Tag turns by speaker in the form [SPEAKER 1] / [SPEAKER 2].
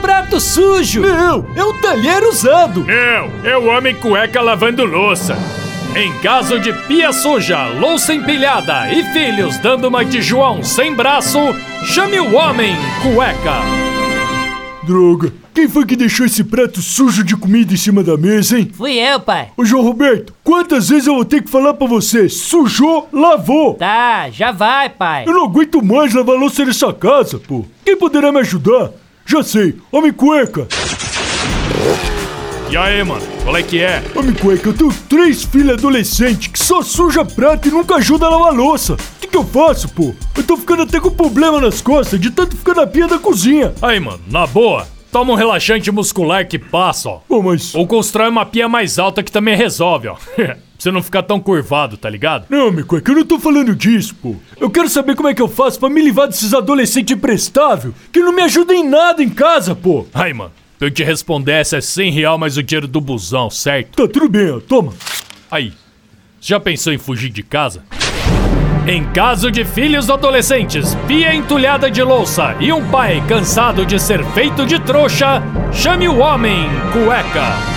[SPEAKER 1] prato sujo!
[SPEAKER 2] Não, é o talher usado!
[SPEAKER 3] Não, é o homem cueca lavando louça. Em caso de pia suja, louça empilhada e filhos dando uma de João sem braço, chame o homem cueca.
[SPEAKER 2] Droga, quem foi que deixou esse prato sujo de comida em cima da mesa, hein?
[SPEAKER 4] Fui eu, pai.
[SPEAKER 2] Ô João Roberto, quantas vezes eu vou ter que falar pra você? Sujou, lavou!
[SPEAKER 4] Tá, já vai, pai.
[SPEAKER 2] Eu não aguento mais lavar louça nessa casa, pô! Quem poderá me ajudar? Já sei, homem cueca!
[SPEAKER 3] E aí, mano, qual é que é?
[SPEAKER 2] Homem cueca, eu tenho três filhos adolescentes que só suja prato e nunca ajuda a lavar louça! O que, que eu faço, pô? Eu tô ficando até com problema nas costas de tanto ficar na pia da cozinha!
[SPEAKER 3] Aí, mano, na boa, toma um relaxante muscular que passa, ó.
[SPEAKER 2] Pô, mas.
[SPEAKER 3] Ou constrói uma pia mais alta que também resolve, ó. pra você não ficar tão curvado, tá ligado?
[SPEAKER 2] Não, meu cueca, eu não tô falando disso, pô. Eu quero saber como é que eu faço pra me livrar desses adolescentes imprestáveis que não me ajudam em nada em casa, pô.
[SPEAKER 3] Aí, mano, pra eu te responder, essa é 100 real mais o dinheiro do busão, certo?
[SPEAKER 2] Tá tudo bem, ó. Toma.
[SPEAKER 3] Aí, já pensou em fugir de casa? Em caso de filhos adolescentes, pia entulhada de louça e um pai cansado de ser feito de trouxa, chame o homem cueca.